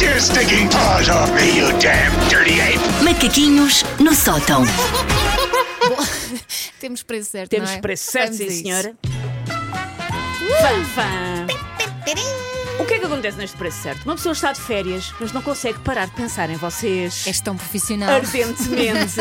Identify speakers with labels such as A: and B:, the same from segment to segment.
A: your stinking paws off me, you damn dirty ape!
B: Macaquinhos no sótão.
C: Temos preço certo.
D: Temos
C: não é?
D: preço certo,
C: Vamos
D: sim,
C: a isso. Uh!
D: senhora. Fã, fã. O que é que acontece neste preço certo? Uma pessoa está de férias, mas não consegue parar de pensar em vocês.
C: És tão profissional.
D: Ardentemente.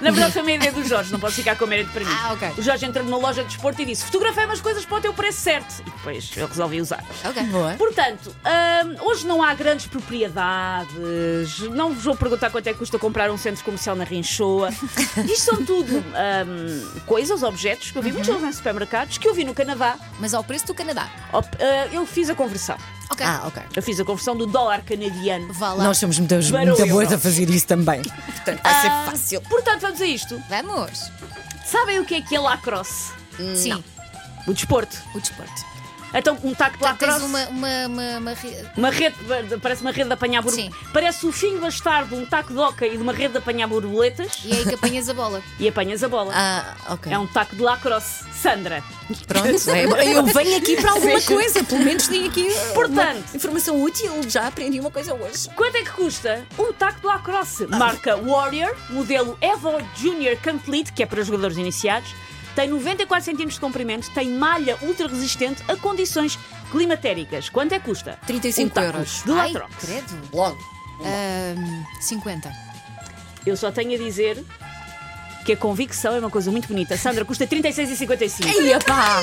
D: Na verdade, foi uma ideia do Jorge, não posso ficar com mérito para mim.
C: Ah, ok.
D: O Jorge entrou numa loja de desporto e disse: fotografei umas coisas para o teu preço certo. E depois eu resolvi usar.
C: Ok. Boa.
D: Portanto, hum, hoje não há grandes propriedades, não vos vou perguntar quanto é que custa comprar um centro comercial na Rinchoa. Isto são tudo hum, coisas, objetos que eu vi muitos
C: Uhum.
D: deles em supermercados, que eu vi no Canadá.
C: Mas ao preço do Canadá.
D: Op- ah, eu fiz a conversão.
C: Ok.
E: Ah, ok.
D: Eu fiz a conversão do dólar canadiano.
C: Vá lá.
E: Nós somos muito,
D: Para
E: muito
D: o euro.
E: boas a fazer isso também. Portanto, vai ser fácil.
D: Portanto, vamos a isto.
C: Ah, Vamos.
D: Sabem o que é que é lacrosse?
C: Sim.
D: O desporto.
C: O desporto.
D: Então, um taco de
C: Portanto, tens
D: lacrosse.
C: uma, uma, uma, uma re-
D: Uma rede, de- parece uma rede de apanhar
C: Sim.
D: borboletas. Parece o fim bastardo de um taco de oca e de uma rede de apanhar borboletas
C: E é aí que apanhas a bola.
D: e apanhas a bola.
E: Ah, ok.
D: É um taco de lacrosse, Sandra.
E: Pronto. é- eu venho aqui para alguma coisa. Pelo menos tenho aqui uh,
D: Portanto.
E: uma informação útil. Já aprendi uma coisa hoje.
D: Quanto é que custa um taco de lacrosse?
E: Ah.
D: Marca Warrior, modelo Evo Junior Complete, que é para jogadores iniciados. Tem 94 cm de comprimento, tem malha ultra resistente a condições climatéricas. Quanto é que custa?
E: 35
D: um taco
E: euros.
D: De
C: Ai,
D: lacrosse.
C: credo.
E: Logo.
C: Ahm, 50.
D: Eu só tenho a dizer que a convicção é uma coisa muito bonita. Sandra, custa 36,55.
E: Ei, pá!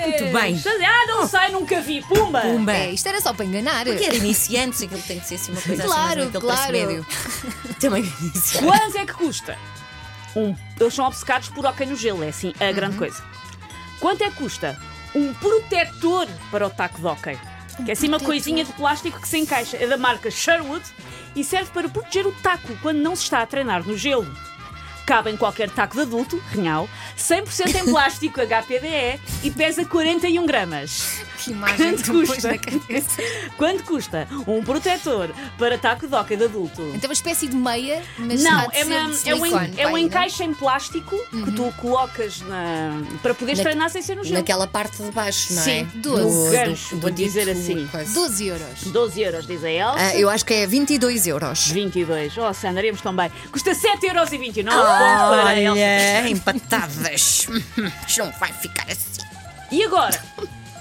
E: Muito bem.
D: Ah, não sei, nunca vi. Pumba!
E: Pumba.
C: É, isto era só para enganar.
E: Porque era iniciantes, aquilo tem que ser assim uma coisa assim,
C: Claro,
E: mais ou menos aquele
C: claro.
E: preço médio. Também iniciante.
D: Quanto é que custa? Um, eles são obcecados por ok no gelo, é assim a
C: Uhum.
D: grande coisa. Quanto é que custa? Um protetor para o taco de ok.
C: Um
D: que é assim uma coisinha de plástico que se encaixa. É da marca Sherwood e serve para proteger o taco quando não se está a treinar no gelo. Cabe em qualquer taco de adulto, renhal, 100% em plástico HPDE e pesa 41 gramas.
C: Que imagem
D: Quanto
C: que tu pôs
D: custa?
C: na cabeça.
D: Quanto custa um protetor para taco de ok de adulto?
C: Então, uma espécie de meia, mas há
D: Não,
C: de
D: é,
C: ser de
D: uma- é um, en-
C: silicone,
D: é
C: vai,
D: um
C: não?
D: encaixe em plástico que tu colocas na- para poderes
E: Na-
D: treinar sem ser no gelo.
E: Naquela parte de baixo, não é?
C: Sim, doze.
E: Do-
D: Gancho, vou dizer
E: dito
D: assim.
E: coisa.
C: 12 euros.
D: 12 euros, diz a Elsa.
E: Ah, eu acho que é 22 euros.
D: 22. Oh, Sandra, iremos tão bem. Custa 7,29 euros. para a Elsa.
E: Ah, Olha, empatadas. Isto não vai ficar assim.
D: E agora?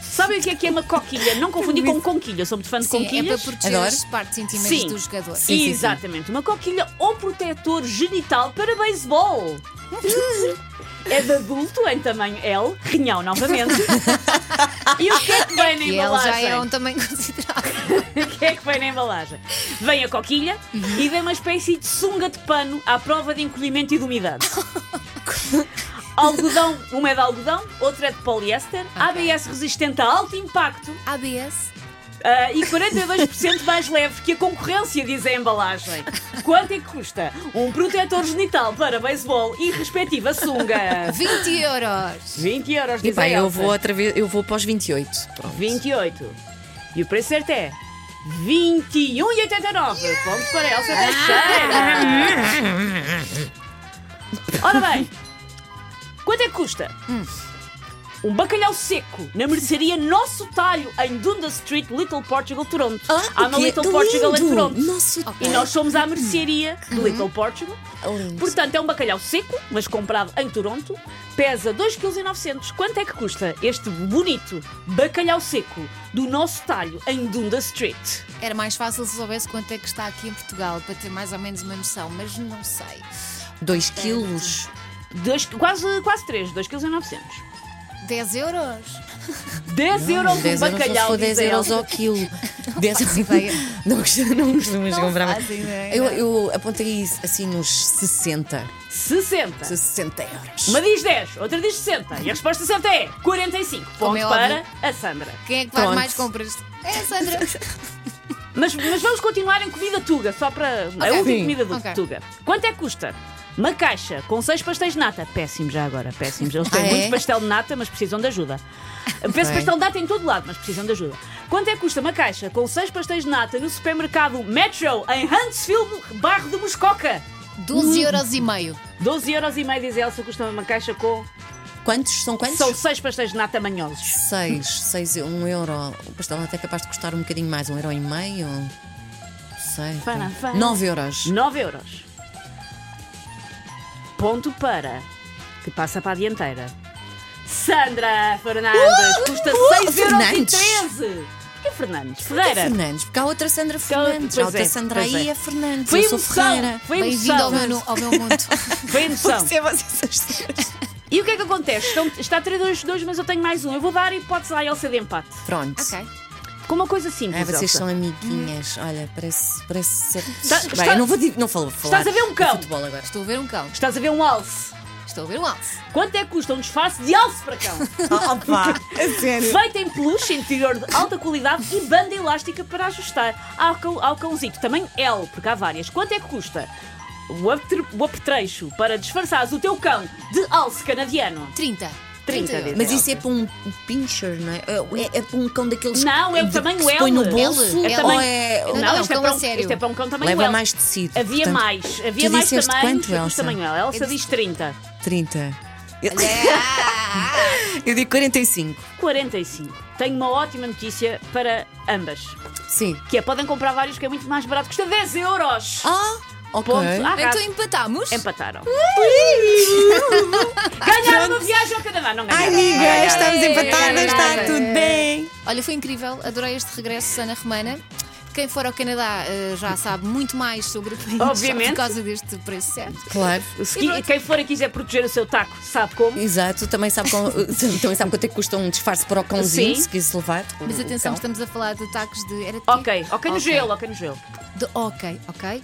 D: Sabem o que é que é uma coquilha? Não confundir com conquilha. Eu sou muito fã de
C: Sim, é para
D: conquilhas.
C: proteger
E: Adoro.
C: as partes íntimas
D: Sim.
C: do jogador.
E: Sim, sim, sim.
D: Exatamente. Uma coquilha ou protetor genital para beisebol. é de adulto, em tamanho L. Rinhão, novamente. e o que é que vem na
C: E ele
D: embalagem?
C: já é um tamanho considerável.
D: O que é que vem na embalagem? Vem a coquilha
E: Uhum.
D: e vem uma espécie de sunga de pano à prova de encolhimento e de umidade. algodão, uma é de algodão, outra é de poliéster, ABS resistente a alto impacto
C: ABS.
D: ah, e 42% mais leve que a concorrência, diz a embalagem. Quanto é que custa um protetor genital para beisebol e respectiva sunga?
C: 20 euros.
D: 20 euros,
E: E
D: diz a
E: bem, eu
D: é, Elsa.
E: vou outra vez, eu vou para os 28. Pronto.
D: 28. E o preço certo é 21,89. Vamos para a Elsa Teixeira. Ora bem, quanto é que custa? Um bacalhau seco na mercearia Nosso Talho, em Dunda Street, Little Portugal, Toronto.
E: Ah,
D: Há uma
E: que
D: Little
E: é lindo.
D: Portugal em Toronto.
E: Nosso
D: E nós somos à mercearia de Little Portugal.
E: Uhum. lindo.
D: Portanto, é um bacalhau seco, mas comprado em Toronto. Pesa 2,9 kg. Quanto é que custa este bonito bacalhau seco do nosso talho em Dunda Street?
C: Era mais fácil se soubesse quanto é que está aqui em Portugal, para ter mais ou menos uma noção, mas não sei.
E: 2 quilos.
D: Dois- quase, quase 3, 2,9 kg.
C: 10 euros?
D: 10 euros um
E: 10 euros, se
D: bacalhau.
E: for 10
D: diz
E: euros
D: ela.
E: ao quilo. 10 euros.
C: ideia.
E: Não costumas, não costumas
C: Não
E: comprar.
C: faz ideia.
E: Eu, eu apontei assim nos 60.
D: 60.
E: 60 euros.
D: Uma diz 10, outra diz 60. E a resposta certa é 45. Ponto
C: Como é
D: para a Sandra.
C: Quem é que faz
E: Pronto.
C: mais compras? É a Sandra.
D: Mas, mas vamos continuar em comida tuga, só para.
C: Ok.
D: A última
E: Sim.
D: comida do
C: Ok.
D: tuga. Quanto é que custa? Uma caixa com seis pastéis de nata. Péssimos já agora, péssimos. Eles têm
E: Ah, é?
D: muito pastel de nata, mas precisam de ajuda. Penso pastel de nata em todo lado, mas precisam de ajuda. Quanto é que custa uma caixa com seis pastéis de nata no supermercado Metro, em Huntsville, bairro de Moscoca?
C: 12 euros e meio.
D: 12 euros e meio, diz a Elsa, custa uma caixa com...
E: Quantos? São quantos?
D: São seis pastéis de nata manhosos.
E: um 6, 6, 1 euro. O pastel é até capaz de custar um bocadinho mais, um euro e meio. sei.
D: Fana, fana.
E: 9 euros.
D: 9 euros. Ponto para. Que passa para a dianteira. Sandra Fernandes. custa
E: uh,
D: 6 euros e
E: Fernandes.
D: 13. Porquê Fernandes?
E: É
D: Ferreira.
E: Fernandes, porque há outra Sandra
D: há outra-
E: Fernandes. Há
D: pois
E: outra
D: é,
E: Sandra
D: pois
E: aí
D: é.
E: é Fernandes.
D: Foi
E: eu sou
D: emoção.
E: Ferreira.
D: Foi
C: Bem-vindo ao
D: emoção.
C: meu, nu- ao meu mundo.
D: Foi emoção.
E: Você, é vocês-
D: E o que é que acontece? Estão- está 3-2-2, mas eu tenho mais um. Eu vou dar a hipótese à Elsa de empate.
E: Pronto.
C: ok.
D: Com uma coisa simples.
E: Ah, vocês
D: Elsa.
E: são amiguinhas. Olha, parece, parece ser.
D: Está-
E: Bem,
D: Tá, está-
E: eu não vou di- não falo, falar.
D: Estás a ver um
E: de
D: cão?
E: futebol agora.
C: Estou a ver um cão.
D: Estás a ver um alce.
C: Estou a ver um alce.
D: Quanto é que custa um disfarce de alce para cão?
C: Ah,
E: Opa, a sério.
D: Feito em peluche, interior de alta qualidade e banda elástica para ajustar ao, cão, ao cãozito. Também L, porque há várias. Quanto é que custa o, aptre- o apetrecho para disfarçares o teu cão de alce canadiano?
C: 30.
D: 30
C: euros.
E: Mas isso é para um um pincher, não é? É, é para um cão daqueles
D: Não, é o
E: de-
D: tamanho
E: que se põe no
D: L.
E: bolso?
C: L.
E: Ou
D: tamanho-
E: é.
C: Não, não,
D: isto,
C: é um
D: é para
C: a
D: um,
C: sério.
D: isto é para um cão tamanho
E: Leva
D: L.
E: mais tecido.
D: Havia
E: portanto,
D: mais, havia mais
E: disseste
D: tamanhos,
E: quanto,
D: mas
E: Elsa?
D: tamanho L. Elsa
C: Eu
D: diz
C: disse
D: 30.
E: 30.
D: É.
E: Eu- Eu digo 45.
D: 45. Tenho uma ótima notícia para ambas.
E: Sim.
D: Que é, podem comprar vários que é muito mais barato. Custa 10 euros.
E: Ah, ok.
D: Ponto. Ah,
C: Então empatamos?
D: Empataram. Ganharam uma viagem ao Canadá. Não
E: Ai,
D: ganharam. Não
E: amiga,
D: ganharam.
E: estamos empatadas, está
D: Obrigada.
E: tudo bem.
C: Olha, foi incrível. Adorei este regresso, Sana Romana. Quem for ao Canadá eh, já sabe muito mais sobre o país
D: Obviamente.
C: por causa deste preço certo.
E: Claro.
D: Se- Quem for e quiser proteger o seu taco, sabe como?
E: Exato, também sabe, com, também sabe quanto é que custa um disfarce para o cãozinho,
D: Sim.
E: se quis levar.
C: Mas
E: O
C: atenção,
E: cão.
C: estamos a falar de tacos de. Era de quê?
D: Ok, ok no gelo, ok no gelo.
C: De- ok, ok.